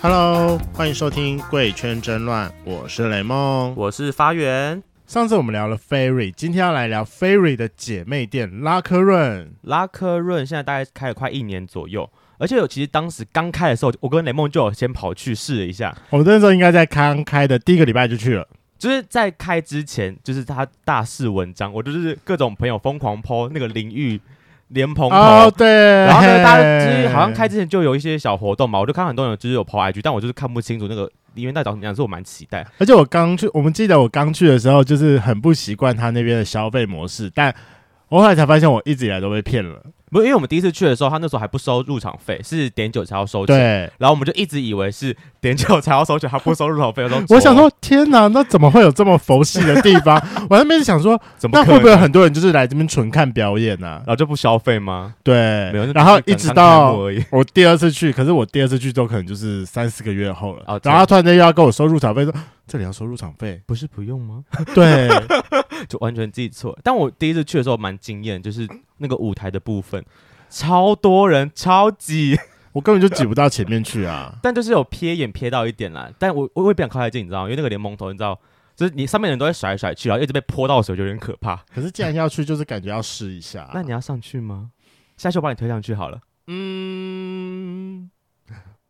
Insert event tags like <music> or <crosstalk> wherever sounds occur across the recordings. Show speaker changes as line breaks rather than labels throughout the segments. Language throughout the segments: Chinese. Hello，欢迎收听《贵圈争乱》，我是雷梦。
我是发源
上次我们聊了 Fairy，今天要来聊 Fairy 的姐妹店拉科润。
拉科润，现在大概开了快一年左右，而且我其实当时刚开的时候，我跟雷梦就有先跑去试了一下，
我们那时候应该在刚开的第一个礼拜就去了，
就是在开之前，就是他大肆文章，我就是各种朋友疯狂 PO 那个淋浴莲蓬头。
哦，对。然
然后呢，大家就是好像开之前就有一些小活动嘛，我就看很多人就是有 PO IG，但我就是看不清楚那个里面到底长什么样，所以我蛮期待。
而且我刚去，我们记得我刚去的时候，就是很不习惯他那边的消费模式，但我后来才发现我一直以来都被骗了。
不是因为我们第一次去的时候，他那时候还不收入场费，是点酒才要收钱。
对，
然后我们就一直以为是点酒才要收钱，他不收入场费。我说
我想说，天哪，那怎么会有这么佛系的地 <laughs> 方？我那边是想说，
怎么
那
可
会
能
不会有很多人就是来这边纯看表演呢、啊
然？后就不消费吗？没有
对，
那
然后
只是
一
刚
直
刚开幕
到
而已。 <laughs>
我第二次去，可是我第二次去都可能就是三四个月后了。
哦。
然后他突然间又要跟我收入场费，说 <gasps> 这里要收入场费
<laughs> 不是不用吗？
对，
就完全记错了。但我第一次去的时候蛮惊艳，就是那个舞台的部分，超多人，超级，！
我根本就挤不到前面去啊
<laughs> 但就是有瞥眼瞥到一点啦。但我我我也不想靠太近，你知道吗？因为那个连蒙头，你知道，就是你上面的人都在甩来甩去，然后一直被泼到水，就有点可怕。啊
可是既然要去，就是感觉要试一下。
那你要上去吗？下次我把你推上去好了。
嗯，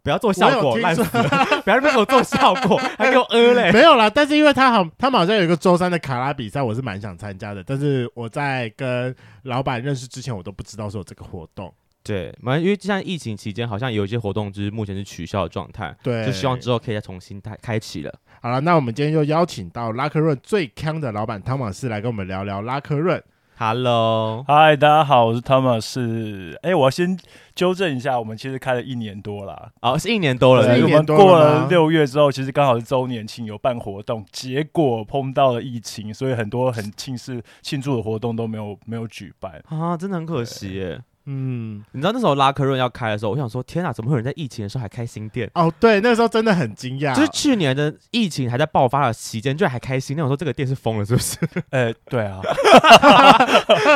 不要做效
我
果，
有
烂
听
死了！ <laughs> 不要在那边给我做效果，还给我呃嘞。
没有啦。但是因为他好，他们好像有一个周三的卡拉比赛，我是蛮想参加的。但是我在跟老板认识之前，我都不知道说有这个活动。
<laughs> 对，反正因为就像疫情期间，好像有一些活动就是目前是取消的状态，
对，
就希望之后可以再重新开开启了。
好了，那我们今天又邀请到拉克润最康的老板汤马斯来跟我们聊聊拉克润。
Hello，
嗨，大家好，我是 Thomas。哎、我要先纠正一下，我们其实开了一年多啦。
哦，是一年多了，
是一
我
年
们
多
过
了吗
了六月之后，其实刚好是周年庆，有办活动，结果碰到了疫情，所以很多很庆是庆祝的活动都没有 <laughs> 没有举办。
啊，真的很可惜耶。
嗯，
你知道那时候拉科润要开的时候，我想说，天啊哪，怎么会有人在疫情的时候还开新店？
哦，对，那时候真的很惊讶，
就是去年的疫情还在爆发的期间，居然还开新店，我说这个店是疯了是不 <laughs> 是？
哎、对啊，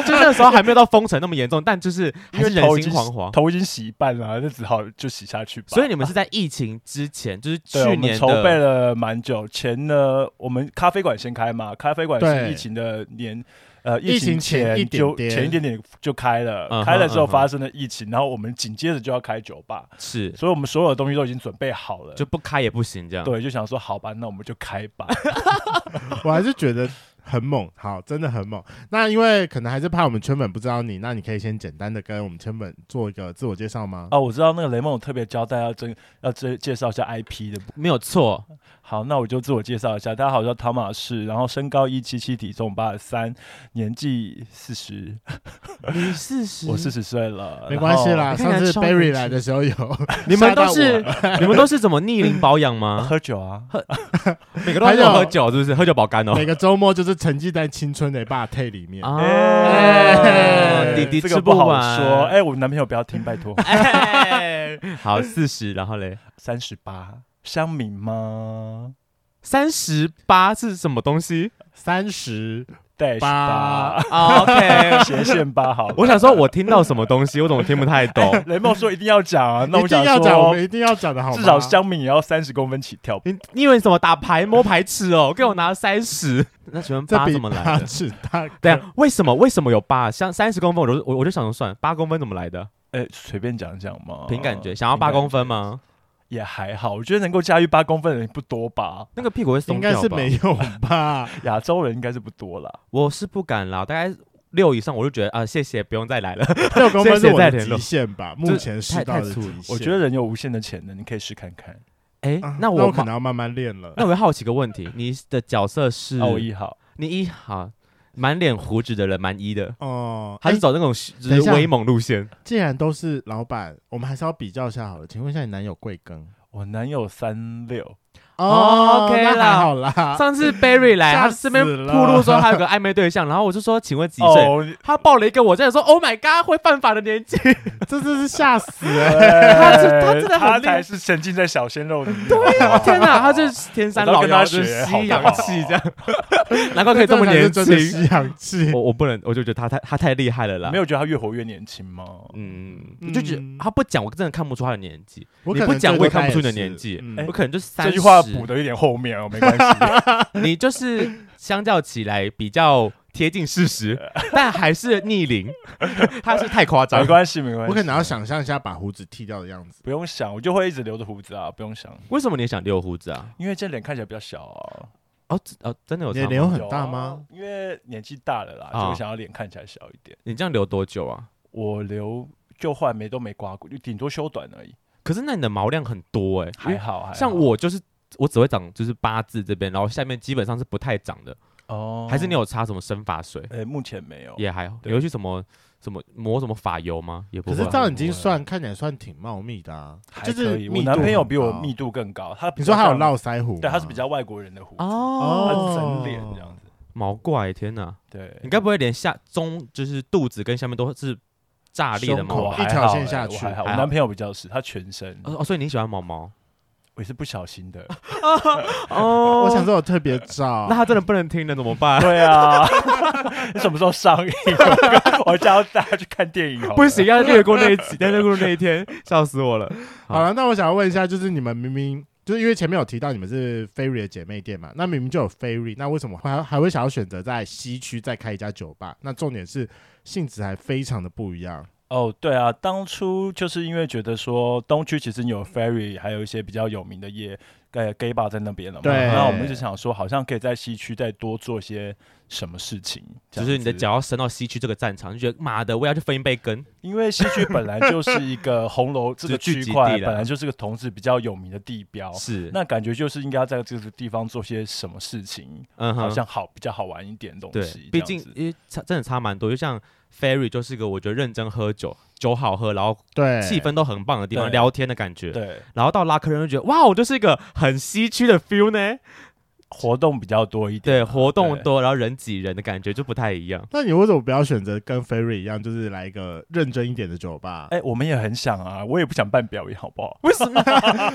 就那时候还没有到封城那么严重，但就是还是
因为
人
头已
心
经
惶惶。
头已经洗一半了，那只好就洗下去吧。
所以你们是在疫情之前，就是
对我
去
们
年
筹备
的
了蛮久，前呢，我们咖啡馆先开嘛，咖啡馆
对
是疫情的年，呃，
疫情
情
前一
前
点
就
点
前一点点就开了，
嗯哼
开了之后
嗯哼
发生了疫情，然后我们紧接着就要开酒吧，
是
所以我们所有的东西都已经准备好了，
就不开也不行这样。
对，就想说好吧，那我们就开吧。 <laughs>
我还是觉得很猛，好，真的很猛。那因为可能还是怕我们圈粉不知道你，那你可以先简单的跟我们圈粉做一个自我介绍吗？
哦，我知道那个雷梦有特别交代要真要介介绍一下 IP 的部
没有错，
<laughs> 好，那我就自我介绍一下，大家好，我叫汤马士，然后身高一七七，体重八十三，年纪四十，
你四十，
我四十岁
呃
了，
没关系
然后
啦，
看起来
上次
超
Barry
年轻
来的时候有
你
吓
们
到
都
我
是 <laughs> 你们都是怎么逆龄保养吗？
喝酒啊，
每个都
还有
有喝酒，是不是？喝酒保肝哦。
每个周末就是沉浸在青春的霸 t 里面。
啊，
哎
哎弟弟
这
吃
个不好
完。
说。哎、。我男朋友不要听，拜托
<laughs> 哎， <laughs> 好四十，然后嘞，
三十八，乡民吗？
三十八是什么东西
三十
对，
八
八，
啊？OK，
<laughs> 斜线八好了。
<laughs> 我想说，我听到什么东西，我怎么听不太懂？ <laughs>
雷梦说一定要讲啊，那
一
我想
定要讲，我
说，
们一定要讲的好吗？
至少乡民也要三十公分起跳。
你你以为什么打牌摸牌尺哦？给我拿三十，那请问
这
八
比
怎么来
八
的？
尺大
<laughs> 对
哥。
啊，为什么为什么有八？像三十公分，我就我我就想说算八公分怎么来的？
哎、随便讲讲嘛，
哦凭感觉，想要八公分吗？
也还好，我觉得能够驾驭八公分的人不多吧，
那个屁股会松
应该
掉
是
吧？
没有
<laughs>
吧？
亚洲人应该是不多啦。
我是不敢啦，大概六以上我就觉得啊、谢谢，不用再来了。 <laughs>
六公分是我
谢谢再
的
联络
极限吧，
是
目前试
太
到
太
的
粗
极
了
限。
我觉得人有无限的潜能，你可以试看看。
哎、
啊，
那
我
我
可
那
能要慢慢练了。
我会好奇个问题，你的角色是？
哦，我一号，
你一好，满脸胡子的人，蛮一的，
哦，
他
哎
是走那种就
等一
是
下
威猛路线。
既然都是老板，我们还是要比较一下好了。请问一下，你男友贵庚？
我男友三六，
哦
OK
那还
啦
好
<laughs>
啦，
上次 Barry 来，
啊吓
他这边
死了
透露说他有个暧昧对象，然后我就说请问几岁？
哦，
他报了一个我真的说 Oh my God 会犯法的年
<laughs>
纪，
这真是吓
<laughs>
死了。
他
真他真的很
哎他
厉害啊
才是沉浸在小鲜肉里面。
天哪，他就是天山
我都
老
跟他
妖，就是
学
吸氧气这样，难怪可以这么
才是
年
真的
轻。
吸氧气，
<laughs> 我我不能，我就觉得他太他太厉害了啦
没。有觉得他越活越年轻吗？
嗯，
嗯
我就觉得他不讲，我真的看不出他的年纪。
我
你
可
不
能
讲，
最
我也
多
看不
大
出你
也
的年
是
纪。哎
嗯
我可能就三
这
十。
句话补的有点后面哦，没关
<laughs>
系。
你就是相较起来比较贴近事
<laughs>
实，但还是逆龄，他是太夸张
没。关系，没关系。
我可能要想象一下把胡子剃掉的样子。
不用想，我就会一直留着胡子啊，不用想，
为什么你想留胡子啊？
因为这脸看起来比较小啊。
哦这哦，真的有
你
差
的
吗
脸有很
有啊
大吗？？
因为年纪大了啦，
啊
就会想要脸看起来小一点。
你这样留多久啊？
我留就换没都没刮过，就顶多修短而已，
可是那你的毛量很多哎、因
还
为
好。还好
像我就是我只会长就是八字这边，然后下面基本上是不太长的。
哦，
还是你？有擦什么生发水？
呃，目前没有。
也还好。
对
你会去什么什么抹什么发油吗？也不
可
会
是
啊。
这样已经算看起来算挺茂密的啊，
还
就
可
是
以，
密
我男
度
朋友
很
比我
高
密。度更高，他比
你
较
说还有
像
络腮胡吗？
对，他是比较外国人的胡子，他
哦
是整脸这样子。
毛怪，天哪！
对，
你该不会连下中就是肚子跟下面都是炸裂的
胸
毛
口
我
吧？
还
一条
好
线
欸
下
我
去
还好，我
还好
男朋友比较是，他全身，
哎哦哦，所以你喜欢毛毛
我也是不小心的。
<laughs> 哦
我想说，我特别照
那，他真的不能听了怎么办？
对啊， <laughs> 你什么时候上映？我叫大家去看电影好了，
<laughs> 不行，要略过那一集，要略过那一天，笑死我了。
好了，那我想问一下，就是你们明明就是因为前面有提到你们是 Fairy 的姐妹店嘛，那明明就有 Fairy，那为什么还还会想要选择在西区再开一家酒吧？那重点是性质还非常的不一样。
哦，对啊，当初就是因为觉得说东区其实你有 Ferry，还有一些比较有名的夜呃 gay bar 在那边了嘛，
对
那我们一直想说，好像可以在西区再多做些什么事情，这
就
样
是你的
子，
脚要伸到西区这个战场，就觉得妈的，我要去分一杯羹。
因为西区本来就是一个红
<laughs>
楼这个
就聚集
区
地
块，
啦
本来就是个同志比较有名的地标，
是，
那感觉就是应该在这个地方做些什么事情，
嗯哼
好像好比较好玩一点的东
对
西，，
毕
这样
竟
子
因为差真的差蛮多。就像 Ferry 就是一个我觉得认真喝酒，酒好喝，然后
对，
气氛都很棒的地方，
对
聊天的感觉。
对
然后到拉客人就觉得哇，我就是一个很西区的 feel 呢。
活动比较多一点
对，
啊，
活动
对
多，然后人挤人的感觉就不太一样。
那你为什么不要选择跟 Fairy 一样，就是来一个认真一点的酒吧？
哎、我们也很想啊，我也不想办表演，好不好？
为什么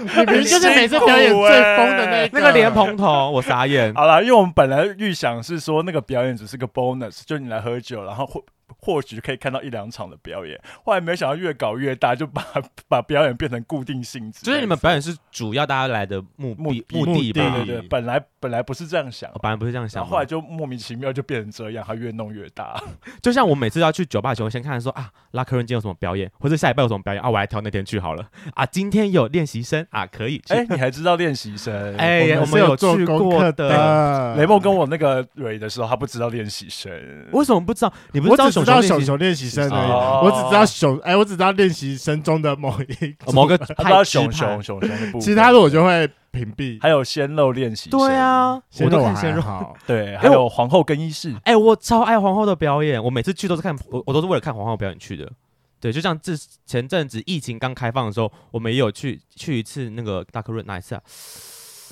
你明明就是每次表演最疯的那一
哎那个莲，蓬头？我傻
<laughs>
眼。
好啦，因为我们本来预想是说那个表演只是个 bonus，就你来喝酒，然后或或许可以看到一两场的表演。后来没想到越搞越大，就把把表演变成固定性质。
<laughs> 就是你们表演是主要大家来的目
目
的
目
的
的
对
吧？
对对，本来本来不是这样想
我，本来不是这样
然
想
后后来
的，
就莫名其妙就变成这样，它越弄越大。
就像我每次要去酒吧前，我先看说啊，拉客人今天有什么表演，或者下礼拜有什么表演啊，我来挑那天去好了。 <laughs> 啊，今天有练习生啊，可以去。
哎、你还知道练
<laughs>
习生？
哎
我
我
们是
们
有
有
做
去
功
过
课
的
的。
雷梦跟我那个蕊的时候，他不知道练习生。
为什么不知道？你不是
我
知道
只
熊
知道
熊练
熊
习
熊练习生而已，
哦
我只知道熊，哎，我只知道练习生中的某一
呃
<laughs>
某个
他知道
派系
熊
派
熊熊熊的部分，
其他的我就会屏蔽。
还有鲜肉练习生，
对啊，
鲜
我都
肉
看鲜
还
肉。
好，
对，还有皇后更衣室。
哎、我超爱皇后的表演，我每次去都是看我，我都是为了看皇后表演去的。对，就像这前阵子疫情刚开放的时候，我们也有去去一次那个大科瑞哪一次啊？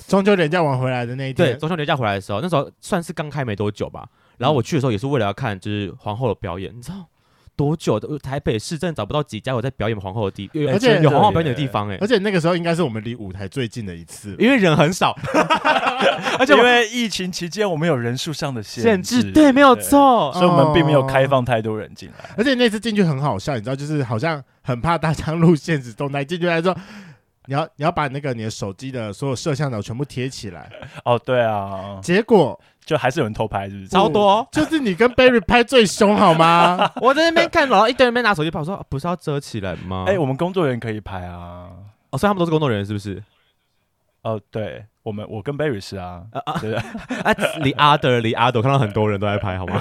中秋连假玩回来的那一
对，
天，
中秋连假回来的时候，那时候算是刚开没多久吧。然后我去的时候也是为了要看就是皇后的表演，你知道多久的？台北市真的找不到几家有在表演皇后的地，有
哎
而且
有皇后表演的地方哎、
而且那个时候应该是我们离舞台最近的一次。
因为人很少，而且
因
我
为疫情期间我们有人数上的
限
制，
制对，没有错。
所以我们并没有开放太多人进来。
而且那次进去很好笑，你知道，就是好像很怕大家 <laughs> 录现实动态，进去来说，你要你要把那个你的手机的所有摄像头全部贴起来，
哦，对啊，
结果
就还是有人偷拍，是不是？
超多哦，
就是你跟 Barry 拍最凶好吗？ <laughs>
我在那边看，然后一堆人在那边拿手机拍，我说、啊不是要遮起来吗？
哎，我们工作人员可以拍啊。
哦，所以他们都是工作人员，是不是？
哦，对，我们我跟 Barry 是啊，对
啊，离阿德离阿德，看到很多人都在拍，好
<laughs>
吗？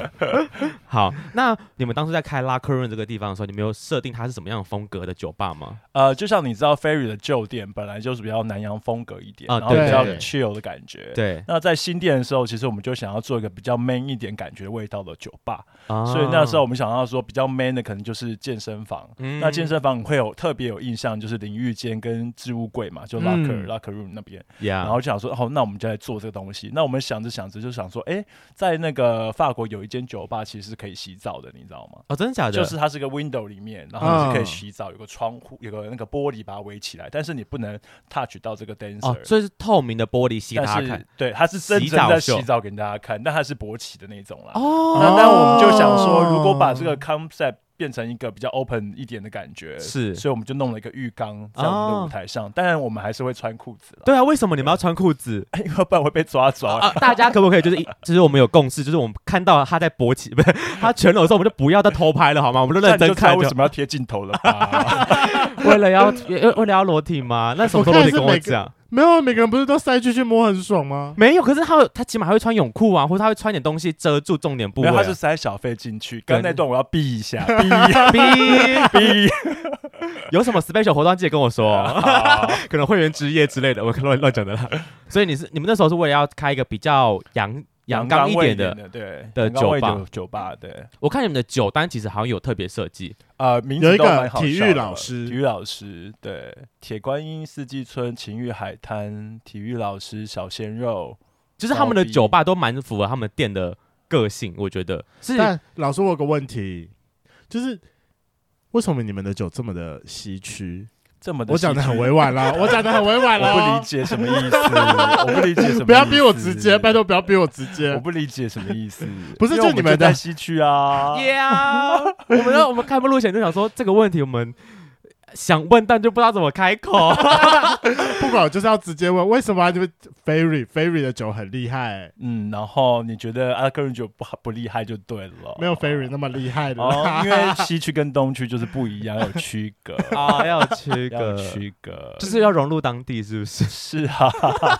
好，那你们当初在开拉克润这个地方的时候，你们有设定它是什么样的风格的酒吧吗？
呃，就像你知道 Ferry 的旧店本来就是比较南洋风格一点，
啊
然后比较
对
chill 的感觉。
对，
那在新店的时候，其实我们就想要做一个比较 man 一点感觉味道的酒吧，
啊
所以那时候我们想要说比较 man 的可能就是健身房，
嗯
那健身房会有特别有印象，就是淋浴间跟置物柜嘛，就 locker、
嗯
locker room 那边，
呀
然后就想说，哦，那我们就来做这个东西。那我们想着想着就想说，哎、在那个法国有一间酒吧其实是可以洗澡的，你知道吗？
哦，真的假的？
就是它是个 window 里面，然后你是可
嗯
以洗澡，有个窗户，有个那个玻璃把它围起来，但是你不能 touch 到这个 dancer。
哦，所以是透明的玻璃吸
但
他
是
看。
对，它是真
洗
正
澡
在
秀
洗澡给大家看，但它是勃起的那种啦。
哦，
那那我们就想说，
哦
如果把这个 concept 变成一个比较 open 一点的感觉，
是
所以我们就弄了一个浴缸在我们的
哦
舞台上，当然我们还是会穿裤子了，
对啊，为什么你们要穿裤
<laughs>
子？
因为不然会被抓走。
啊，大家可不可以就是一，就是我们有共识，就是我们看到他在勃起，不是他全裸的时候，我们就不要再偷拍了，好吗？我们就
那
认
你就
真
知道
看
为
就
什。么要贴镜头了
<laughs>
吧？
为了要为为了要裸体吗？那什么时候
我
裸
看
体
是
跟我
每个
讲？
没有，啊每个人不是都塞进去摸很爽吗？
没有，可是他有他起码还会穿泳裤啊，或者他会穿点东西遮住重点部
没
位
有，
啊。
他是塞小费进去。刚刚
对
那段我要避
<laughs>
一下，
逼
避避。
有什么 special 活动记得跟我说 <laughs> 哦，
好
可能会员之夜之类的，我乱乱讲的啦。所以你是你们那时候是为了要开一个比较阳阳刚一
味
点
点
的，，
对
的
阳刚味
酒吧
的酒吧，对，
我看你们的酒单其实好像有特别设计，
呃，名
有
字
一
都
个
蛮好
体育
笑的
老师
体育老师，对，铁观音、四季春、情欲海滩、体育老师、小鲜肉，
就是他们的
包庇
酒吧都蛮符合他们店的个性，我觉得是
但老师，我有个问题，就是为什么你们的酒这么的稀缺？
这么的
我讲的
戏剧
很委婉啦，我讲的很委婉啦，哦
我不理解什
<laughs>
么意思，我不理解什么，
不要逼我直接，拜，托不要逼我直接
我。不理解什么意思，
不是
因
就
为我
你们
们
的
在西区啊，
Yeah，我们要我们开幕路前就想说这个问题我们想问，但就不知道怎么开口。
不管，我就是要直接问为什么啊你们 Ferry Ferry 的酒很厉害、
嗯，然后你觉得阿克人酒不好不厉害就对了，
哦
没有 Ferry 那么厉害的啦。
哦，因为西区跟东区就是不一样，要有区隔，
<laughs> 啊， <laughs> 要区
要有
隔，
区隔，
就是要融入当地，是不是？
是啊，
<laughs>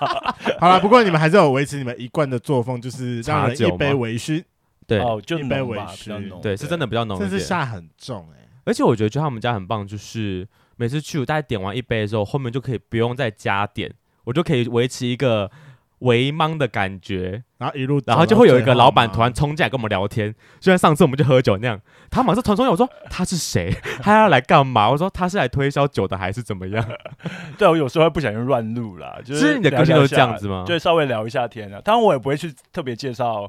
好了，不过你们还是有维持你们一贯的作风，就是让人
茶酒
一
吗
杯微醺，
对
哦，就
一杯
浓
微
吧，比较
醺
浓，
对，是真的比较浓
真
一
是
点。
下很重哎、
而且我觉得就他们家很棒，就是每次去我大概点完一杯的时候，后面就可以不用再加点，我就可以维持一个微茫的感觉。
然后一路，
然后就会有一个老板突然，冲进来跟我们聊天，就像上次我们去喝酒那样，他马上传冲进来，我说他是谁，他要来干嘛？我说他是来推销酒的还是怎么样？
<laughs> 对，我有时候会不小心乱入啦，就是是
你的
聊
个性
聊
都是
一
这样
下
子吗
就稍微聊一下天啊。当然，我也不会去特别介绍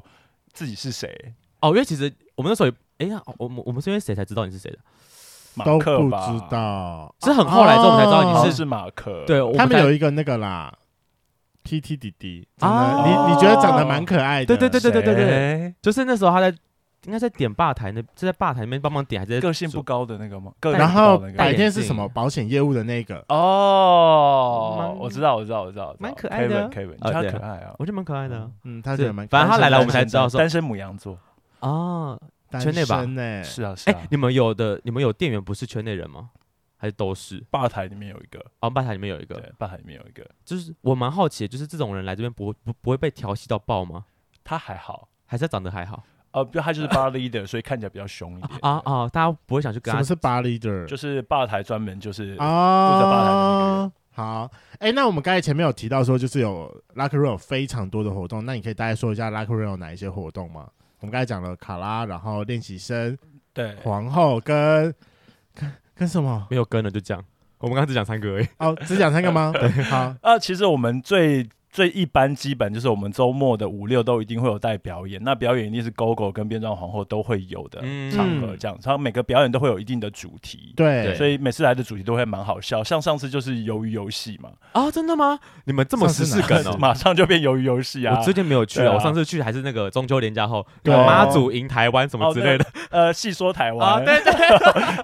自己是谁，
哦，因为其实我们那时候也，哎呀，我们我们是因为谁才知道你是谁的？
马
都
克
不
吧，
知道。哦
是很后来之后我们才知道
好
你
像
是，
是马克，
哦对，我
他们
才
有一个那个啦，PT 弟弟，长得、
啊
你你觉得长得蛮可爱的，
对对对对对对对，
谁，
就是那时候他在应该在点吧台那，是在吧台那边帮忙点还是在
个性不高的那个吗？个性
然
不高
后
的那个
白
戴
天是什么保险业务的那个，
哦
蛮，
我知道，我知道，我知道，我知道
蛮可爱的
Kevin，Kevin，
啊
他
对啊
可爱啊。
我觉得蛮可爱的啊
嗯，他
是
觉得蛮可爱
反
的，
正 <laughs> 他来了我
单
们才
身
知道
的
说
单身母羊座，
哦。
单
圈内吧
身欸
是啊，是
哎、
啊。
你们有的你们有店员不是圈内人吗？还是都是？
吧台里面有一个，
哦，吧台里面有一个，
对，吧台里面有一个，
就是我蛮好奇的，就是这种人来这边不不不会被调戏到爆吗？
他还好，
还是他长得还好
呃，不，他就是 bar leader，所以看起来比较凶一点
<laughs> 啊啊！大家不会想去跟
什
他
么是 bar leader？
就是吧台专门就是
啊，
负责吧台的那个
好，哎、那我们刚才前面有提到说，就是有 l u c k r o 非常多的活动，那你可以大概说一下 l u c k r o 有哪一些活动吗？我们刚才讲了卡拉，然后练习生、
对，
皇后跟跟跟什么？
没有跟了就这样。我们刚刚只讲三个而已。
哦，只讲三个
<laughs>
吗？好，
啊，其实我们最最一般基本就是我们周末的五六都一定会有带表演，那表演一定是 GoGo 跟变装皇后都会有的
嗯
场合，这样，然后每个表演都会有一定的主题。
对，
所以每次来的主题都会蛮好笑，像上次就是鱿鱼游戏嘛，
啊，真的吗？你们这么
上
时
次
事
哪
梗
是
哦！
<laughs> 马上就变鱿鱼游戏啊
我。最近没有去
对
啊，
啊
我上次去还是那个中秋连假后，
对
妈祖迎台湾什么之类的
呃，细说台湾，
啊，对对，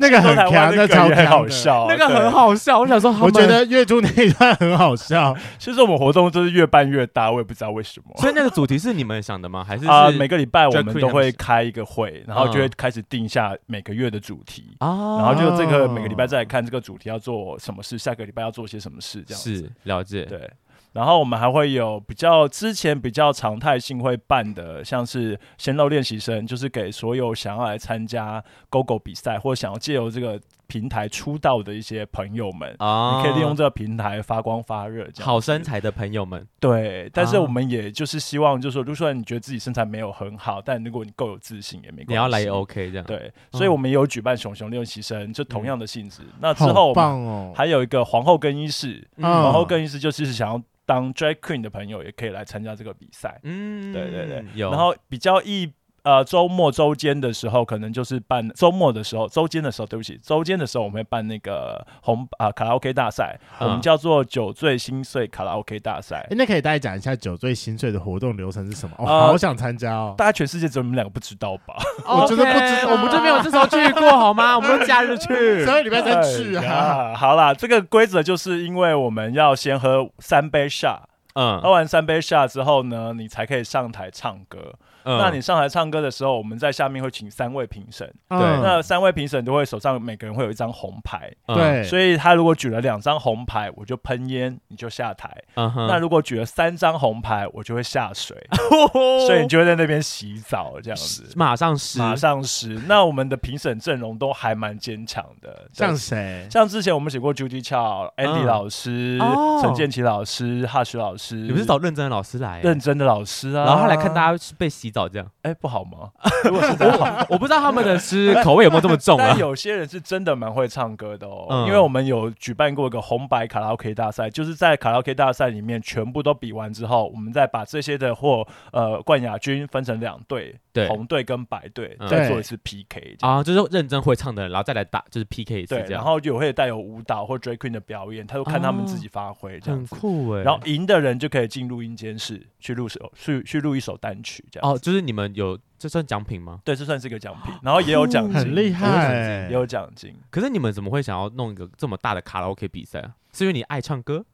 那个
说
很
台湾
强，
那
那
个梗
超
也很
强，
好。笑，啊
那个
对
很。好笑。我想说，
我觉，得月珠那一段很好笑，
其实我们活动就是越办越大，我也不知道为什么。
所以那个主题是你们想的吗？还是
啊、
是
每个礼拜我
Drag
们
queen 他
都
们
会
是
开一个会，然后就会
嗯
开始定下每个月的主题。
啊？
然后就这个每个礼拜再来看这个主题要做什么事，下个礼拜要做些什么事，这样子
是了解，
对。然后我们还会有比较之前比较常态性会办的，像是鲜肉练习生，就是给所有想要来参加 GO GO 比赛或想要借由这个平台出道的一些朋友们，
啊
你可以利用这个平台发光发热，这样
好身材的朋友们，
对。但是
啊
我们也就是希望，就是说，就算你觉得自己身材没有很好，但如果你够有自信也没关系，
你要来也 OK 这样。
对，所以我们也有举办熊熊练习生，就同样的性质。那之后
嗯好
我们
棒哦！
还有一个皇后更衣室，
嗯，
啊
皇后更衣室就是想要当 drag queen 的朋友也可以来参加这个比赛。
嗯，
对对对，
有。
然后比较一呃周末周间的时候，可能就是办周末的时候，周间的时候，对不起，周间的时候我们会办那个红啊、卡拉 OK 大赛，我们
嗯
叫做酒醉心碎卡拉 OK 大赛
诶。哎那可以大家讲一下酒醉心碎的活动流程是什么？我、
呃
好想参加哦！
大家全世界只有你们两个不知道吧？
我觉得不知
OK，
道
我们就没有这时候去过好吗？ <laughs> 我们都假日去。
所以礼拜 <laughs> 三去
<laughs> 哎
啊！
呀好啦，这个规则就是因为我们要先喝三杯下，
嗯
<laughs> 喝，完三杯下之后呢，你才可以上台唱歌。
嗯
那你上台唱歌的时候，我们在下面会请三位评审，
嗯
对
那三位评审都会手上每个人会有一张红牌，
嗯
对，
所以他如果举了两张红牌，我就喷烟，你就下台；
嗯哼，
那如果举了三张红牌，我就会
<laughs>
下水，
所
所以你就会在那边洗澡这样子。
马上湿，
马上湿，那我们的评审阵容都还蛮坚强的，
像谁？
像之前我们请过 Judy Chow、Andy
嗯
老师、
哦
陈建奇老师、哈许老师，
你们是找认真的老师来，
认真的老师啊？
然后他来看大家被洗澡
<laughs>
这样。。
哎、不好吗？如果是这样好
我不知道他们的吃口味有没有这么重
<laughs>
啊
但？有些人是真的蛮会唱歌的哦，
嗯
因为我们有举办过一个红白卡拉 OK 大赛，就是在卡拉 OK 大赛里面全部都比完之后，我们再把这些的或呃冠亚军分成两队，
对
红队跟白队，
嗯
再做一次 PK 这样。
啊，就是认真会唱的人，然后再来打，就是 PK 一次
对，
这
然
样，
后有会带有舞蹈或 drag queen 的表演，他就看他们自己发挥这样
很
子。
酷哎。
然后赢的人就可以进录音监室去录首去去录一首单曲这样。
哦，
哦，
就是你们有这算奖品吗？
对，这算是一个奖品，然后也有奖金，
哦很厉害
也有奖金。
可是你们怎么会想要弄一个这么大的卡拉 OK 比赛啊？是因为你爱唱歌？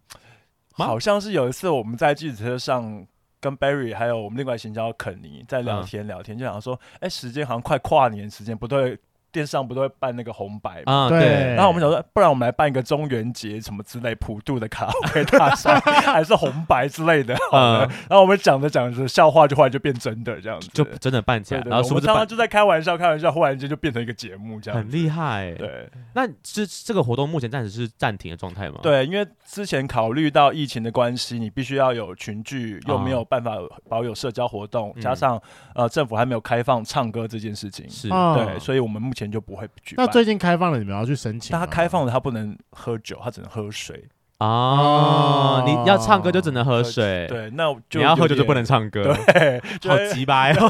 吗
好像是有一次我们在记者车上。跟 Barry 还有我们另外行销肯尼在聊天聊天，就想说，哎、时间好像快跨年时间，不对，电视上哎不都会办那个红白嘛？
啊，
对
对，
然后我们想说，不然我们来办一个中元节什么之类普渡的卡拉 <laughs> OK 大赛，还是红白之类的。 <laughs> 好了
嗯
然后我们讲着讲着，笑话就忽然就变真的这样子，
就真的办起
对
来，
对对
然后
我
殊不
们
知
常常
办
就在开玩笑，开玩笑，忽然间就变成一个节目这样子
很厉害。哎
对
那这这个活动目前暂时是暂停的状态吗？，
对，因为之前考虑到疫情的关系，你必须要有群聚，又没有办法保有社交活动，
啊嗯
加上呃政府还没有开放唱歌这件事情，
是，啊
嗯
对，所以我们目前就不会举办
那。最近开放了，你们要去申请
但
吗？
他开放了，他不能喝酒，他只能喝水。
哦，你要唱歌就只能喝
喝
水，，
啊对，那我就
你要喝酒就
有点
不能唱歌， <laughs>
对，
好
就
鸡掰
<laughs>
哦。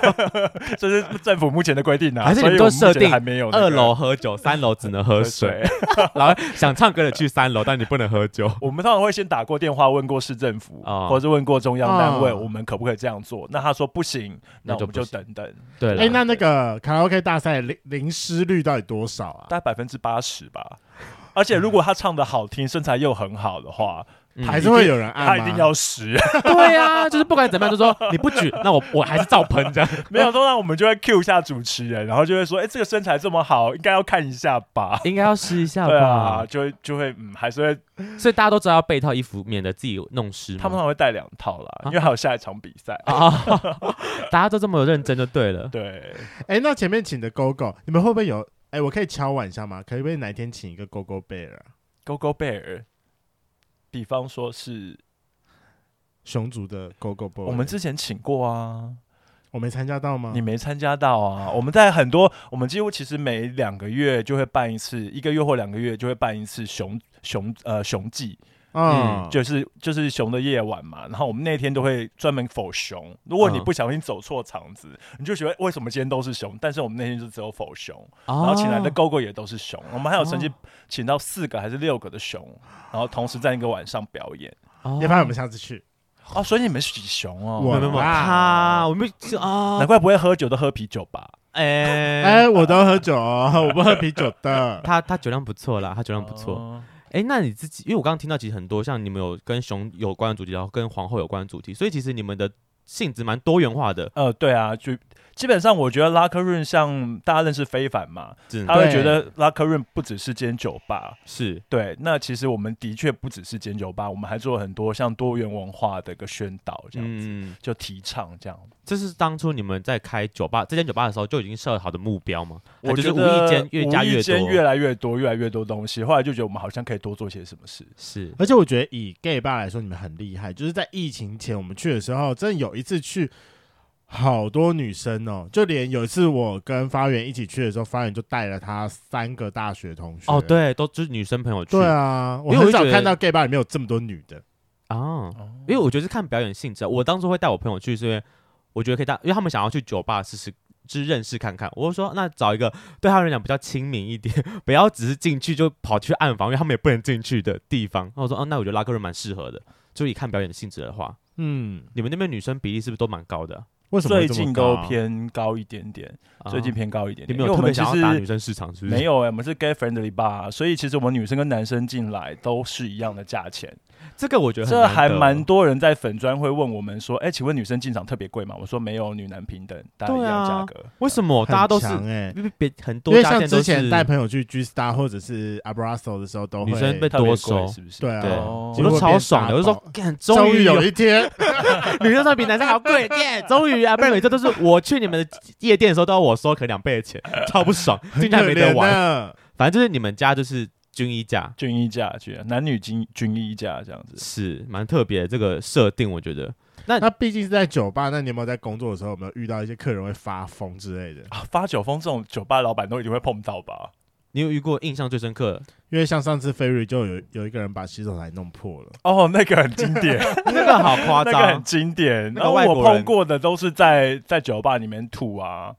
这是政府目前的规定啊，
还是你
所
们
以
都
我目前
设定
还没有那个
二楼喝酒，三楼只能喝
喝 <laughs>
水，
水。
然后想唱歌的去三楼，但你不能喝
<laughs>
酒。
我们通常会先打过电话问过市政府，
哦
或者是问过中央单位，
哦
我们可不可以这样做？那他说不行，
啊那
那我
就
们
不
就
行
等等，
对
哎、
了，
那那个卡拉 OK 大赛零零失率到底多少啊？
大概百分之八十吧。而且如果他唱的好听，身材又很好的话，
嗯
还是会有人按吗？
他一定要十。
对啊，就是不管怎么样，就说你不举，那我我还是照喷
<laughs>
这样。
<laughs> 没有，通常我们就会 cue 一下主持人，然后就会说：“哎、这个身材这么好，应该要看一下吧。”
应该要试一下
对啊，
吧，
就会就会嗯，还是会
所以大家都知道要备套衣服，免得自己弄湿嘛。
他们还会带两套啦，
啊
因为还有下一场比赛。
啊， <laughs> 大家都这么认真就对了。
对，
哎、那前面请的狗狗，你们会不会有？哎、我可以敲碗一下吗？可不可以哪一天请一个啊狗狗贝尔
勾勾贝尔，比方说是
熊族的狗狗贝尔？
我们之前请过啊，
我没参加到吗？
你没参加到啊？我们在很多，我们几乎其实每两个月就会办一次，一个月或两个月就会办一次熊熊呃熊季，
啊
嗯，
就是就是熊的夜晚嘛。然后我们那天都会专门否熊。如果你
嗯
不小心走错场子，你就觉得为什么今天都是熊？但是我们那天就只有否熊，
然
然后请来的
哦
狗狗也都是熊。我们还有曾经请到四个还是六个的熊，然后同时在一个晚上表演。
要不然我们下次去。
哦，所以你们是熊哦，
我
哦没有没有
哇
他，我们就啊
难，怪不会喝酒都喝啤酒吧？
哎、
哎，
我都喝酒哦，我不喝啤酒的。
他他酒量不错啦，他酒量不错。
哦。
哎、那你自己，因为我刚刚听到其实很多像你们有跟熊有关的主题，然后跟皇后有关的主题，所以其实你们的性质蛮多元化的，
呃，对啊，就基本上我觉得拉克润像大家认识非凡嘛，
真
他
的
会觉得拉克润不只是间酒吧，
是
对，那其实我们的确不只是间酒吧，我们还做了很多像多元文化的一个宣导，这样子、
嗯，
就提倡这样。
这是当初你们在开酒吧这间酒吧的时候就已经设好的目标吗？还
我
就
觉
是无
得
意间越加
哎无
越
意
多，
间越来越多，越来越多东西，后来就觉得我们好像可以多做些什么事。
是
而且我觉得以 gay 吧来说，你们很厉害，就是在疫情前我们去的时候，真的有一次去。好多女生哦，就连有一次我跟发源一起去的时候，发源就带了他三个大学同学。
哦，对，都就是女生朋友去
对啊，我
因为
很
我就
少
觉得
看到 gay 吧里面有这么多女的。
啊，
哦
因为我觉得是看表演性质啊。我当初会带我朋友去，是因为我觉得可以带，因为他们想要去酒吧试试，就是认识看看。我就说，那找一个对他们来讲比较亲民一点， <laughs> 不要只是进去就跑去暗房，因为他们也不能进去的地方。那我说，哦、那我觉得拉克人蛮适合的。就以看表演性质的话，
嗯，
你们那边女生比例是不是都蛮高的啊？
为什么会
最
这么
近
高
都
啊
偏高一点点，
啊
最近偏高一点
你
点，
们
因为
有
我
特
们
别
其
想要打女
实
生市场是不是？
没有哎、我们是 gay friendly 吧，所以其实我们女生跟男生进来都是一样的价钱。
这个我觉得很
这
难得
还蛮多人在粉砖会问我们说，哎、请问女生进场特别贵吗？我说没有，女男平等，大家一
啊
样价格。
为什么哦大家都是
很强欸
因为别很
因
多
为
家
像
店都
之前带
是
朋友去 G Star 或者是 Abrazo 的时候，都会
女生被
特别
多
贵
收，
是不是？
对啊
对，
哦
我都超爽的，我就
结
说
果
干，终
终于
于
有
有
一
<laughs>
天，
女生算比男生还要贵，耶！终于啊，不然每次都是我去你们的夜店的时候都要我收可能两倍的钱，超不爽，
很
竟
可
然没得
怜啊
玩。
呢。
反正就是你们家就是军衣架，
均一价，均男女均均一价这样子。
是蛮特别的这个设定，我觉得
那毕竟是在酒吧，那你有没有在工作的时候有没有遇到一些客人会发疯之类的？
啊，发酒疯这种酒吧老板都一定会碰到吧？
你有遇过印象最深刻的，
因为像上次 Ferry 就有有一个人把洗手台弄破了，
哦，那个很经典，
那个好夸
<laughs> 那个很
张，
经典。
那个
然后
外
我
国人
碰过的都是在在酒吧里面吐啊，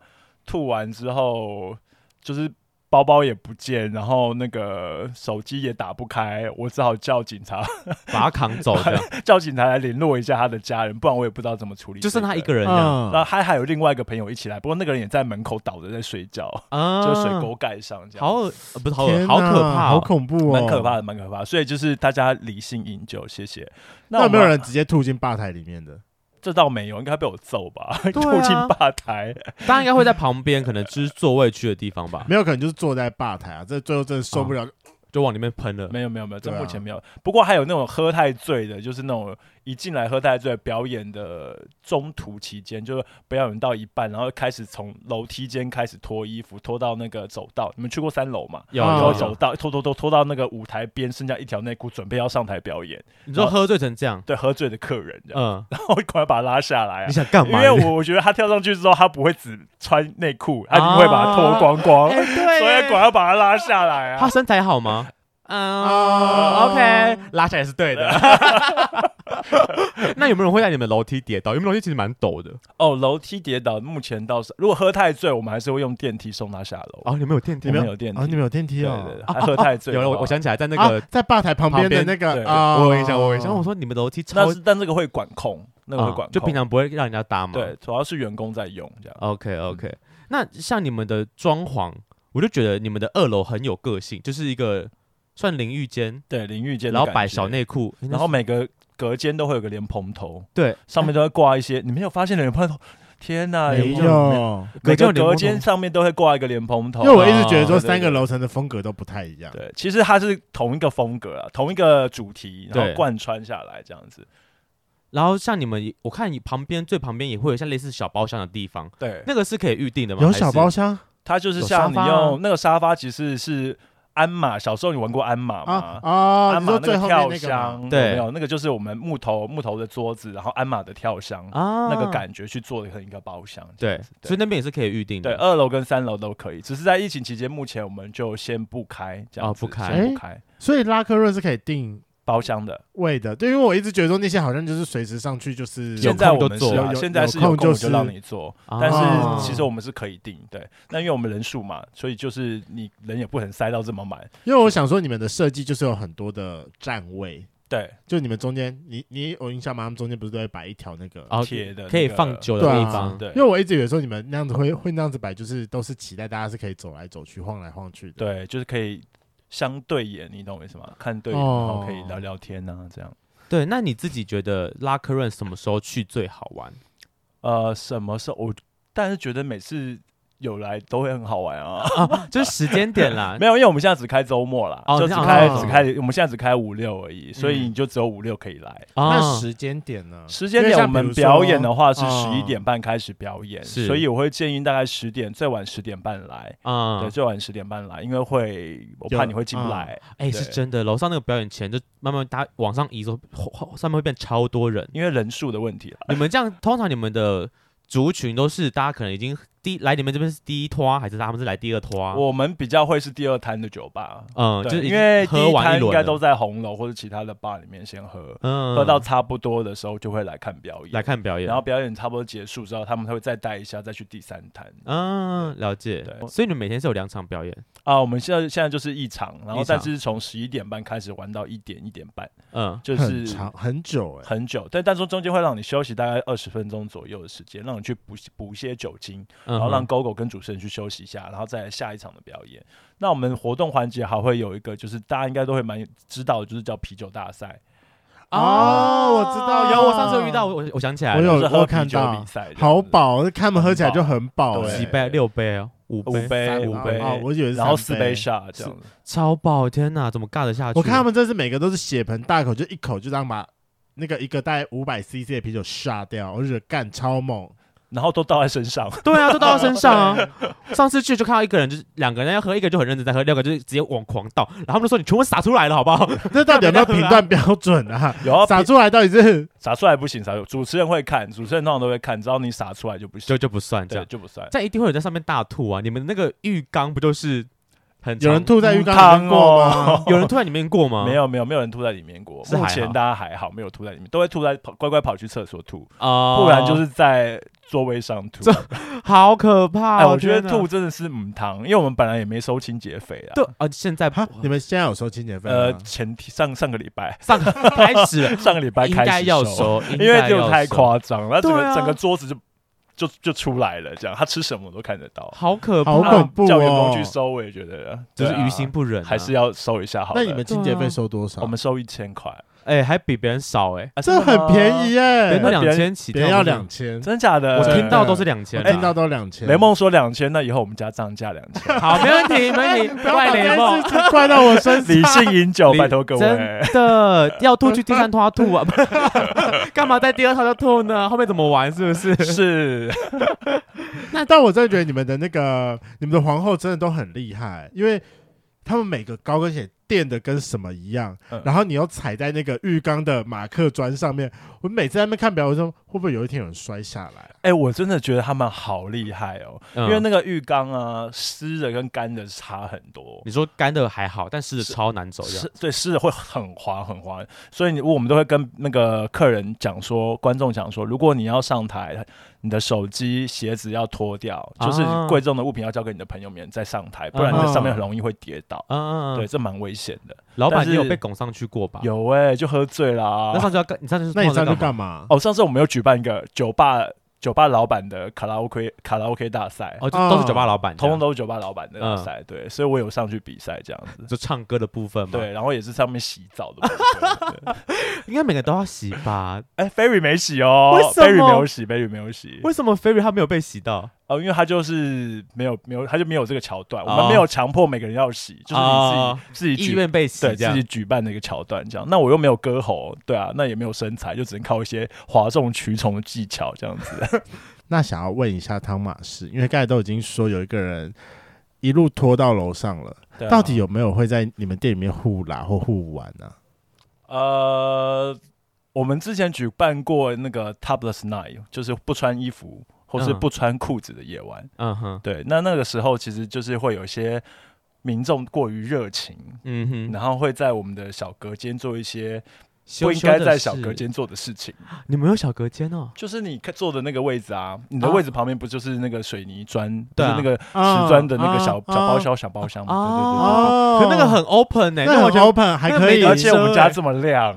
吐完之后就是包包也不见，然后那个手机也打不开，我只好叫警察， <laughs>
把他扛走这样，
叫警察来联络一下他的家人，不然我也不知道怎么处理、
就剩他一
个。
个人这样
嗯
然后还还有另外一个朋友一起来，不过那个人也在门口倒着在睡觉，
啊，
就
嗯
水沟盖上这样。
好恶，呃不是好
天哪
恶，好可怕
好
哦，
恐怖哦，
蛮可怕。的，蛮可怕的。所以就是大家理性饮酒，谢谢。
那
我
有没有
们
人？直接吐进吧台里面的？
这倒没有，应该被我揍吧？ <laughs>
对啊
吐进吧台。
大家应该会在旁边，可能就是座位区的地方吧，
没有，可能就是坐在吧台啊，这最后真的受不了。
就往里面喷了。
没有没有没有，这
对啊
目前没有。不过还有那种喝太醉的，就是那种一进来喝太醉，表演的中途期间，就是表演到一半，然后开始从楼梯间开始脱衣服，脱到那个走道。你们去过三楼嘛？
有
啊
然后
有
走
有，
到脱脱脱脱到那个舞台边，剩下一条内裤，准备要上台表演。
你说喝醉成这样，
对，喝醉的客人这样， <laughs>
嗯，
然后我赶快把他拉下来啊
你。想干
因
嘛？
为我我觉得他跳上去之后，他不会只穿内裤，他一定会把它脱光光，
<laughs> 哎对
所以
耶
赶快把他拉下来
他
啊！
身材好吗？嗯
哦
啊
，OK，拉下来是对
<laughs>
的。那有没有人会在你们楼梯跌倒？因为楼梯其实蛮陡的。
哦，楼梯跌倒，目前倒是，如果喝太醉，我们还是会用电梯送他下楼。
哦，你们有电梯
我
吗？
们有电梯，
啊，你们有电梯
对
哦？
对对，还喝太醉
<laughs>
的
有
话，
了，我我想起来，在那
啊
个
在吧台旁边的那
旁边
个
对
啊，
我有印象，我有印象。我说你们楼梯超
哦那是但这个会管控，那个会
嗯
管控，
就平常不会让人家搭嘛。
对，嗯主要是员工在用这样。
，OK OK。那像你们的装潢，我就觉得你们的二楼很有个性，就是一个算淋浴间，
对，淋浴间，
然后摆小，内裤，
然后每个隔间都会有个莲蓬头，
对
上面都会挂一些，你没有发现莲蓬头？天哪，
没
莲蓬头里面
有，
每个
每个有
隔
莲
间
蓬头
上面都会挂一个莲蓬头
因为。我一直觉得
哦
说
对对
三个
对
楼层的风格都不太一样。
对，其实它是同一个风格啊，同一个主题，然
对
后贯穿下来这样子。
然后像你们也，我看你旁边最旁边也会有像类似小包厢的地方，
对，
那个是可以预定的吗？
有
还是
小包厢
它就是
有
像你
沙发
用
啊
那个沙发，其实是鞍马。小时候你玩过鞍马
啊
吗？
啊！
鞍
你
马
说
那
最后
个
面那
跳
个吗
箱，
对
有没有那个就是我们木头木头的桌子，然后鞍马的跳箱，
啊，
那个感觉去做成一个包厢。
对，
对
所以那边也是可以预定
对，呃
的。
二楼跟三楼都可以，只是在疫情期间，目前我们就先不开这样
哦
子，
不开
先不开
所以拉克润是可以定
包厢的。
位的，对，因为我一直觉得说那些好像就是随时上去就是
有
现在
空
我
就
们
做
是啊
有有
现在是
有
有
空
空我
就是
就让你做，
啊
但
哦
是其实我们是可以定，对。那因为我们人数嘛，所以就是你人也不能塞到这么满，
因为我想说你们的设计就是有很多的站位，
对，
就你们中间，你你有印象吗？他们中间不是都会摆一条那个？
啊
铁的那个
可以放酒的
对
地
啊
方，，
哦对
因为我一直以为说你们那样子会会那样子摆，就是都是期待大家是可以走来走去、晃来晃去的。
对，就是可以相对眼，你懂我意思吗？看对眼，
哦
然后可以聊聊天啊，这样。
对。那你自己觉得拉克润什么时候去最好玩？ <laughs>
呃，什么时候我？但是觉得每次有来都会很好玩啊。。
啊，就是时间点啦
<laughs> 没有，因为我们现在只开周末啦，
哦
就只
这样
开、
啊哦
只开，我们现在只开五六而已，所以
嗯
你就只有五六可以来。
那
啊，
时间点呢？
时间
因为
点
像
我们
比如说
表演的话是十
嗯
一点半开始表演，
是
所以我会建议大概十点，最晚十点半来。
啊
对，，最晚十点半来，因为会我怕
有
你会进不来，
哎，是
对
真的，楼上那个表演前就慢慢大家往上移之后，后后上面会变超多
<laughs>
人。
因为人数的问题啦。
你们这样，通常你们的族群都是大家可能已经第来你们这边是第一拖，还是他们是来第二拖？
我们比较会是第二摊的酒吧，
嗯，啊就
对，
是已
因
经
为第
喝
一
完
摊应
轮
该
了
都在红楼或者其他的 bar 里面先喝，
嗯
喝到差不多的时候就会来看表演，
来看表演，
然后表演差不多结束之后，他们会再带一下，再去第三摊。
嗯，了解。
对
所以你们每天是有两场表演，
啊，我们现在现在就是一场，然后
一场
但是从十一点半开始玩到一点一点半，
嗯，
就
很
是
长很久哎、
很久，但但说中间会让你休息大概二十分钟左右的时间，让你去补补一些酒精，
然
然后
嗯
让 GoGo 跟主持人去休息一下，然后再来下一场的表演。那我们活动环节还会有一个，就是大家应该都会蛮知道的，就是叫啤酒大赛，
哦我知道
有我上次有遇到，我我我想起来
我
了，
有
就是
呃我
喝
看
啤酒
到
比赛这样子，
好饱，看他们喝起来就很饱、
对
几
欸，
杯六杯哦，五
五
杯，
杯
三
五
啊
杯
哦，我以为是
然后四
三
杯。下这样子。
超爆！天哪，怎么尬得下去？
我看他们这是每个都是血盆大口，就一口就这样把那个一个大概五百 CC 的啤酒杀掉，我就觉得干超猛。
然后都倒在
<laughs>
身上，
对啊，都倒到身上啊。
<laughs>
上次去就看到一个人，就是两个人要喝，一个就很认真在喝，六个就是直接往狂倒，然后他们就说你全部洒出来了，好不好？ <laughs>
那到底有没有评断标准啊？
有啊，
撒出来到底是
洒出来不行，洒出来主持人会看，主持人通常都会看，只要你洒出来就不行
就，就不算这
对，
样，
就不算。
但一定会有人在上面大吐啊！你们那个浴缸不就是很
有人
常
吐在浴缸里面过吗？
有人吐在里面过吗？
没有没有没有人吐在里面过，
是
目
还
前
好
大家还好，没有吐在里面，都会吐在跑乖乖跑去厕所吐，
啊，
哦
不然就是在座位上吐。
好可怕
哎，
哦！
我觉得
天哪
吐真的是母汤，因为我们本来也没收清洁费啊。
对啊，现在
哈， <laughs> 你们现在有收清洁费吗？
呃，前提上上个礼拜，
上开始了，
上个礼
<laughs>
拜
应
开
该
始
要，收，应
因为
该
就
要
太
收，
夸张了，整
对
个
啊
整个桌子就就就出来了，这样他吃什么我都看得到。啊
好啊可
好
怕，
恐怖
叫员
哦
工去收，我也觉得
就是
对啊
于心不忍啊，
还是要收一下好了。
那你们清洁费收多少？
我们收一千块，
哎，还比别人少哎，
啊
这很便，宜
别
耶、
哎人
那
两
别人
千起
别
跳，
人要
不是
两千，
真的假的？
我
对
听到都是两千啊
我
啦，
听到都两千。
雷梦说两千，那以后我们家涨价
<laughs>
两千。
好，没问题， <laughs> 没问题，
不要把
怪
这
雷
件
梦
事情怪到我身
<laughs>
上。<laughs>
理性饮酒，
<laughs> 理
拜托各位。
真的要吐去第三拖吐啊， <laughs> 干嘛在第二套就吐呢？后面怎么玩是不是？
<laughs> 是， <laughs>
但我真的觉得你们的那个，你们的皇后真的都很厉害，因为他们每个高跟鞋垫的跟什么一样，
嗯
然后你又踩在那个浴缸的马克砖上面。我每次在那边看表，我说会不会有一天有人摔下来？
哎、我真的觉得他们好厉害哦，
因
因为那个浴缸啊，湿的跟干的差很多。
你说干的还好，但湿的超难走这样
湿对湿的会很滑很滑，所以你我们都会跟那个客人讲说，观众讲说，如果你要上台，你的手机、鞋子要脱掉，就是
啊嗯
贵重的物品要交给你的朋友们再上台，不然你在上面很容易会跌倒。
嗯，嗯
对，
嗯
这蛮危险的。
老板
但是
你有被拱上去过吧？。
有哎、就喝醉啦
那。上次要干，你上次是
那你
上
上去
干嘛？
干嘛？
哦，上次我们有举办一个酒吧酒吧老板的卡拉 OK 卡拉 OK 大赛，
哦，就都是酒吧
嗯
老板这
通
样，嗯
通都是酒吧老板的大赛，对，所以我有上去比赛这样子。
就唱歌的部分嘛。，
对，然后也是上面洗澡
<laughs>
的部分。对
应该每个都要洗吧？ <laughs>
哎，Ferry 没洗哦
为什么
，Ferry 没有洗，Ferry 没有洗。
为什么 Ferry 他没有被洗到？
哦，因为他就是没有没有，他就没有这个桥段，
哦
我们没有强迫每个人要洗，就是
哦
你自己自己
意
举
愿被洗
对
这
自
样
己。举办的一个桥段这样。那我又没有歌喉，对啊，那也没有身材，就只能靠一些哗众取宠的技巧这
<laughs>
样子。
那想要问一下汤马士，因为刚才都已经说有一个人一路拖到楼上了，
对啊
到底有没有会在你们店里面互拉或互玩啊呢、
呃，我们之前举办过那个 topless night，就是不穿衣服或是
嗯
不穿裤子的夜晚。
嗯哼，
对，那那个时候其实就是会有一些民众过于热情，
嗯哼，
然后会在我们的小隔间做一些
羞
不应
羞
该
的
在小
事
隔，间做的事情。
你们有小隔间哦？
就是你看坐的那个位置啊，你的
啊
位置旁边不就是那个水泥砖，
对啊
就是那个
啊
瓷砖的那个小、
啊
小包厢、小包厢嘛？
哦，可那个很 open 哎，
那
我
很
觉得
open，还
那
可
没
以
对对对对，
得 <laughs>
而且我们
很奢
家
欸
这么亮，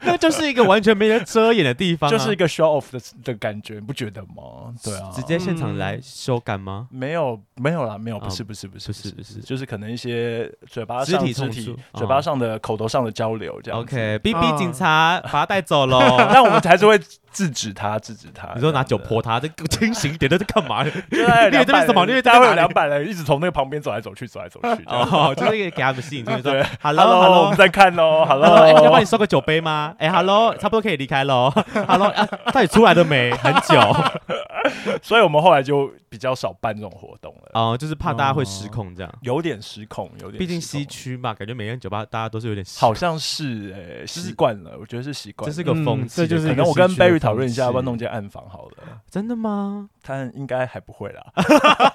那就是一个完全没人遮掩的地方啊、
<laughs> 就是一个 show off 的的感觉，你不觉得吗？对啊，
直接现场
嗯
来修改吗？
没有没有啦，没有，
啊
不是不是不是
不是不是
就是可能一些嘴巴上
肢体
肢
碰
体
触、
嘴巴
啊
上的、口头上的交流这样子。
OK，逼逼
啊
警察把他带走
<laughs>
喽。
但我们还是会制止他，制止他。
你说拿酒
泼，
泼他，这个清醒一点，这是干嘛？
就在
你以为这边
200
什么
人
你以为这边
大概会
哪
有
里
两百人一直从那个旁边走来走去，走来走去。
<laughs> 哦，就是一个给他们吸引就是
<laughs>
说
对
，Hello Hello，
我们在看喽
<laughs> 他说：“哎、要帮
，Hello
你。收个酒杯吗？哎、h e l l <laughs> o 差不多可以离开喽。Hello，、啊、到底出来了没？很 <laughs> 久，
所以我们后来就比较少办这种活动了，
哦、就是怕大家会失控这样。
有点失控，有点失控。
毕竟西区嘛，感觉每间酒吧大家都是有点失
好，像是诶，习惯了，我觉得是习
这
惯了。
是一个风气、
嗯这就是
可
一
能
个
我跟
西区的
Barry 讨论一下，
风气
要不要弄间暗房好了。
真的吗？
他应该还不会啦。
<laughs>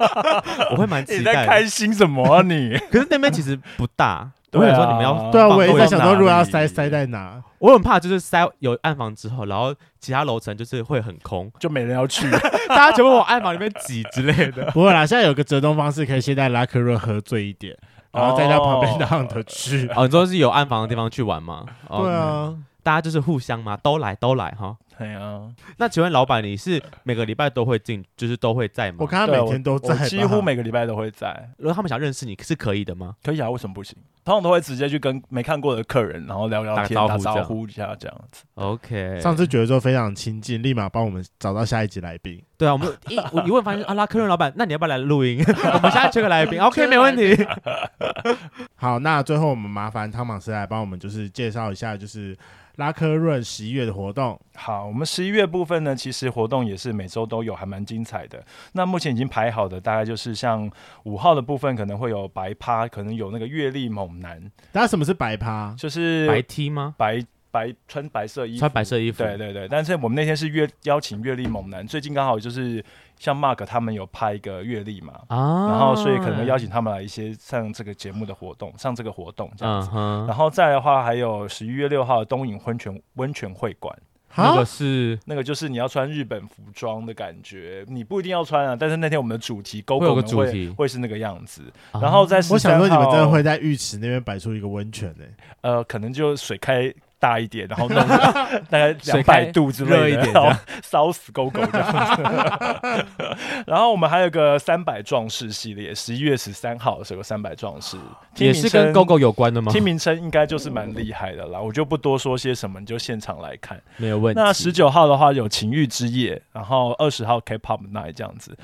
我会蛮期
你
待
在
的。
开心什么啊你？
可是那边其实不大，我
对啊
想说你们
<laughs>
要
对啊，
放
我也
多
在
少
想说，如果要
哪
塞
里
塞在哪？ <laughs>
我很怕就是塞有暗房之后，然后其他楼层就是会很空， <laughs>
就没人要去，
大家全部往暗房里面挤之类的。
不会啦，现在有个折中方式，可以先在拉克瑞喝醉一点，然后再到旁边的 hunt 去。
<laughs> 哦，你说是有暗房的地方去玩吗？
<laughs>
哦、
对，啊，
大家就是互相嘛，都来都来哈。
对啊，
那请问老板，你是每个礼拜都会进， <laughs> 就是都会在吗？
我看他
对
每
我
天都在
我
吧，
几乎每个礼拜都会在。
如果他们想认识你是可以的吗？
可以啊，为什么不行？通常都会直接去跟没看过的客人，然后聊聊
打
天、
招
打
呼
招
这样
呼一下这样子。
OK，
上次觉得说非常亲近，立马帮我们找到下一集来宾。
对啊，我们一我一问发现啊，拉客人老板，那你要不要来录
<laughs>
音？我们现在缺个来宾，OK，没问题。
好，那最后我们麻烦汤马斯来帮我们就是介绍一下，就是拉科润十一月的活动。
好，我们十一月部分呢，其实活动也是每周都有，还蛮精彩的。那目前已经排好的大概就是像五号的部分可能会有白趴，可能有那个阅历猛男，
大家什么是白趴？
就是
白 T 吗？
白白穿白色衣服，
穿白色衣服，
对对对，但是我们那天是约邀请阅历猛男，最近刚好就是像 Mark 他们有拍一个阅历嘛，
啊，
然后所以可能会邀请他们来一些上这个节目的活动，上这个活动这样
嗯
子。
哼，
然后再来的话，还有十一月六号的东影温泉温泉会馆，
那
好
个，是
那个就是你要穿日本服装的感觉，你不一定要穿啊，但是那天我们的主题勾
会有个
勾会
主题
会是那个样子。然后
啊
在十
我想
三号，
说你们真的会在浴池那边摆出一个温泉欸呢、
呃，可能就水开大一点，
<laughs>
然后弄大概两
水开
百度之
热
类
一
的，
点
然后烧死狗狗这样子。 <laughs> 然后我们还有个三百壮士系列，十一月十三号是有个三百壮士，听
也
名
是跟
称
GoGo 有关的吗？
听名称应该就是蛮厉害的啦，我就不多说些什么，你就现场来看。
没有问题。
那十九号的话有情欲之夜，然后二十号 K-pop night 这样子。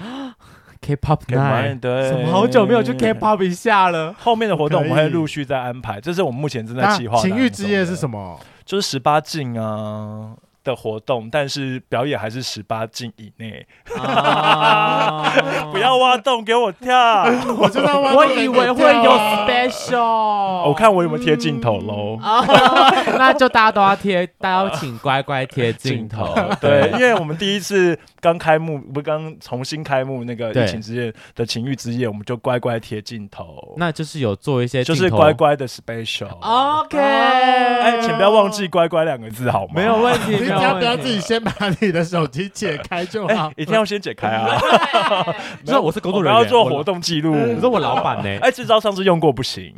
K-pop night，
对，
什么好久没有去 K-pop 一下了。
后面的活动我们
可以
会陆续再安排，这是我们目前正在
那
计划。
情欲之夜是什
么？
么？
就是十八禁啊的活动，但是表演还是十八禁以内。
啊
<laughs> 不要挖洞给我跳！
我知道，
我以为会有 special，
哦我看我有没有贴镜头喽。
啊， <laughs> 那就大家都要贴，大家请乖乖贴镜头。
<laughs>
<laughs>
对，因为我们第一次刚开幕，不是刚重新开幕那个
对
疫情之夜的情欲之夜，我们就乖乖贴镜头，
那就是有做一些镜
就
头哦
是乖。乖的 special。
OK，
哎，请不要忘记“乖乖”两个字好吗？
没有问
<laughs>
题，
你
没
只
有
要不要
问
自
题
己。先把你的手机解
<laughs>
开就好
<laughs> 哎，。一定要先解开啊！
你 <laughs> 说我是工作
我
人
们
员，
要做
我
活。
<laughs>
动记录。
你说我老板呢？
<laughs> 哎，这招上次用过
<laughs>
不行，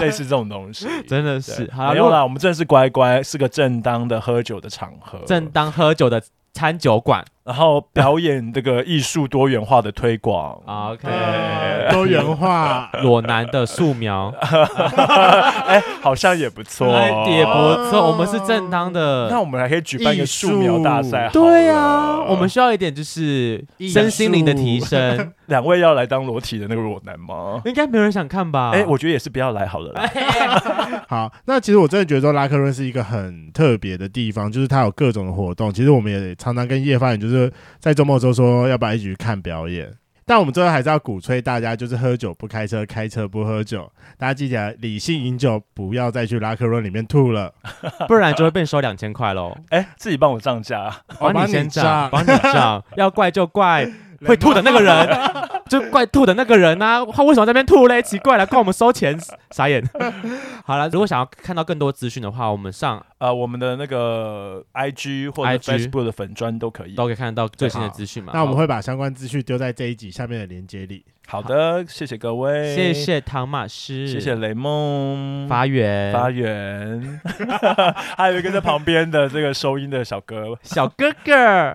类似这种东西。
真的
对
是好
哎没
啦，
有
如
啦，
果
我们真的是乖乖，是个正当的喝酒的场合。
正当喝酒的餐酒馆。，
然后表演这个艺术多元化的推广
OK，
呃多元化，
啊裸男的素描
<laughs> 哎，好像也不错。哦
哎也不错，我们是正当
那
的。
我们还可以举办一个
艺
素描大赛。
术
对啊，我们需要一点就是
艺
身心灵的提
术
升，
两位要来当裸体的那个裸男吗？
应该没有人想看吧？
哎，我觉得也是不要来好了
哎
啦。
好，那其实我真的觉得说拉克润是一个很特别的地方，就是它有各种的活动。其实我们也常常跟叶发人就是在周末的时候说，要不要一起去看表演？但我们最后还是要鼓吹大家，就是喝酒不开车，开车不喝酒。大家记得理性饮酒，不要再去拉克润里面吐了。
<laughs> 不然就会被收两千块喽。
哎，自己帮我涨价，
我
帮
帮
你先
你 <laughs>
涨，
涨
帮你涨，
<laughs>
要怪就怪
啊
会吐的那个人，就怪吐的那个人啊！他为什么在那边吐嘞？奇怪了，怪我们收钱，傻眼。 <laughs> 好了，如果想要看到更多资讯的话，我们上
呃，我们的那个 I G 或者
IG
Facebook 的粉砖都可以。
都可以看得到最新的资讯
<laughs>
嘛。
那我们
好
会把相关资讯丢在这一集下面的连接里。
好的，谢谢各位，
谢，谢唐马师，
谢谢雷梦
发源
发源， <laughs> 还有一个在旁边的这个收音的小哥，
小哥哥，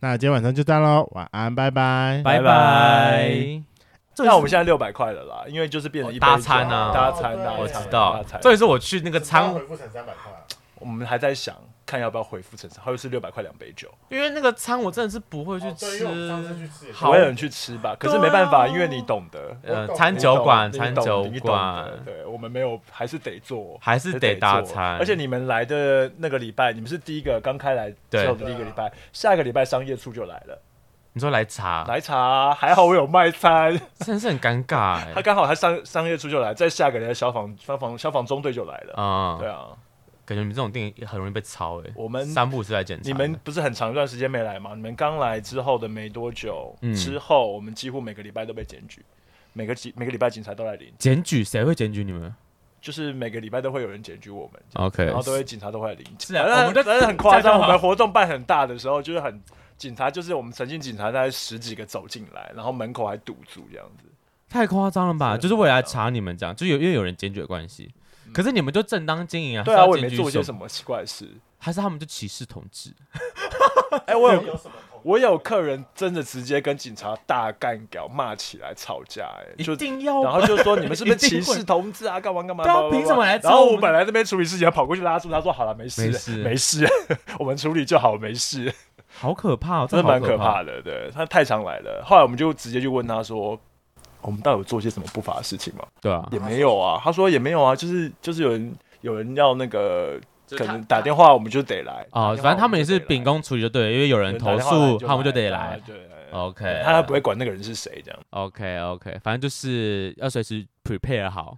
那今天晚上就这样喽，晚安，拜拜。
<laughs> 拜拜
这
那我们现在六百块了啦，因为就是变成一杯
大
酒
餐啊
大餐，大餐
我知
大
道，
餐
这也是我去那个餐，
复成三百块、啊
我们还在想看要不要回复陈还有是六百块两杯酒，
因为那个餐我真的是不会去
哦
哦
吃，
吃
好
我也能去吃吧，可是没办法，因为你懂得，
呃，
我
餐
你
酒
懂
馆，
你
餐
懂
酒
你懂的
馆
对我们没有，还是得做。
还是得大餐，
而且你们来的那个礼拜，你们是第一个刚开来之
对啊
后的第一个礼拜，下个礼拜商业处就来了，
你说来查，
奶茶还好我有卖餐，
真的是很尴尬
他
哎，
刚好他商商业处就来，在下个礼拜消防消防消防中队就来了，
啊
对，啊，
感觉你们这种电影很容易被抄哎，
我们
三步是来检查的，
你们不是很长一段时间没来吗？你们刚来之后的没多久，
嗯
之后我们几乎每个礼拜都被检举，每个几每个礼拜警察都来领，
检举谁会检举你们
就是每个礼拜都会有人检举我们，
？OK，
然后都会警察都会来领。
是啊
反正
我们的
反正很夸
这样
张。
就好
我们活动办很大的时候，就是很警察，就是我们曾经警察大概十几个走进来，然后门口还堵住这样子。
太夸张了吧？
是
就是为了来查你们这样，就有因为有人检举的关系。可是你们就正当经营啊，
嗯对
是
啊，
要
我也
检
没
举
做些
么
什么奇怪的事。
还是他们就歧视同志？
哎，我有我有客人真的直接跟警察大干屌，骂起来吵架，哎，
一
就
定要
然后就说你们是不是
哦 <laughs> 一定
歧
会
视同志啊？干嘛干嘛？
对啊
叭叭叭
凭什么来
然后
揍我
我
们
本来这边处理事情，还跑过去拉住他说：“好了，没事，
没事
没事， <laughs> 我们处理就好，没事。
好可怕、哦，”
真的
好
蛮可
怕
怕的，对他太常来了。后来我们就直接去问他说：“我们到底有做些什么不法的事情吗
对啊？”，
也没有啊，他说也没有啊，就是就是有人有人要那个，可能打电
话
话我们就得来
啊、哦，反正他们也是秉，公处理就对了，因为有
打
人
电
投
话
诉，
对
他们就得
来
来。哦
对对。对
OK，
他不会管那个人是谁这样。
OK OK，反正就是要随时 prepare 好。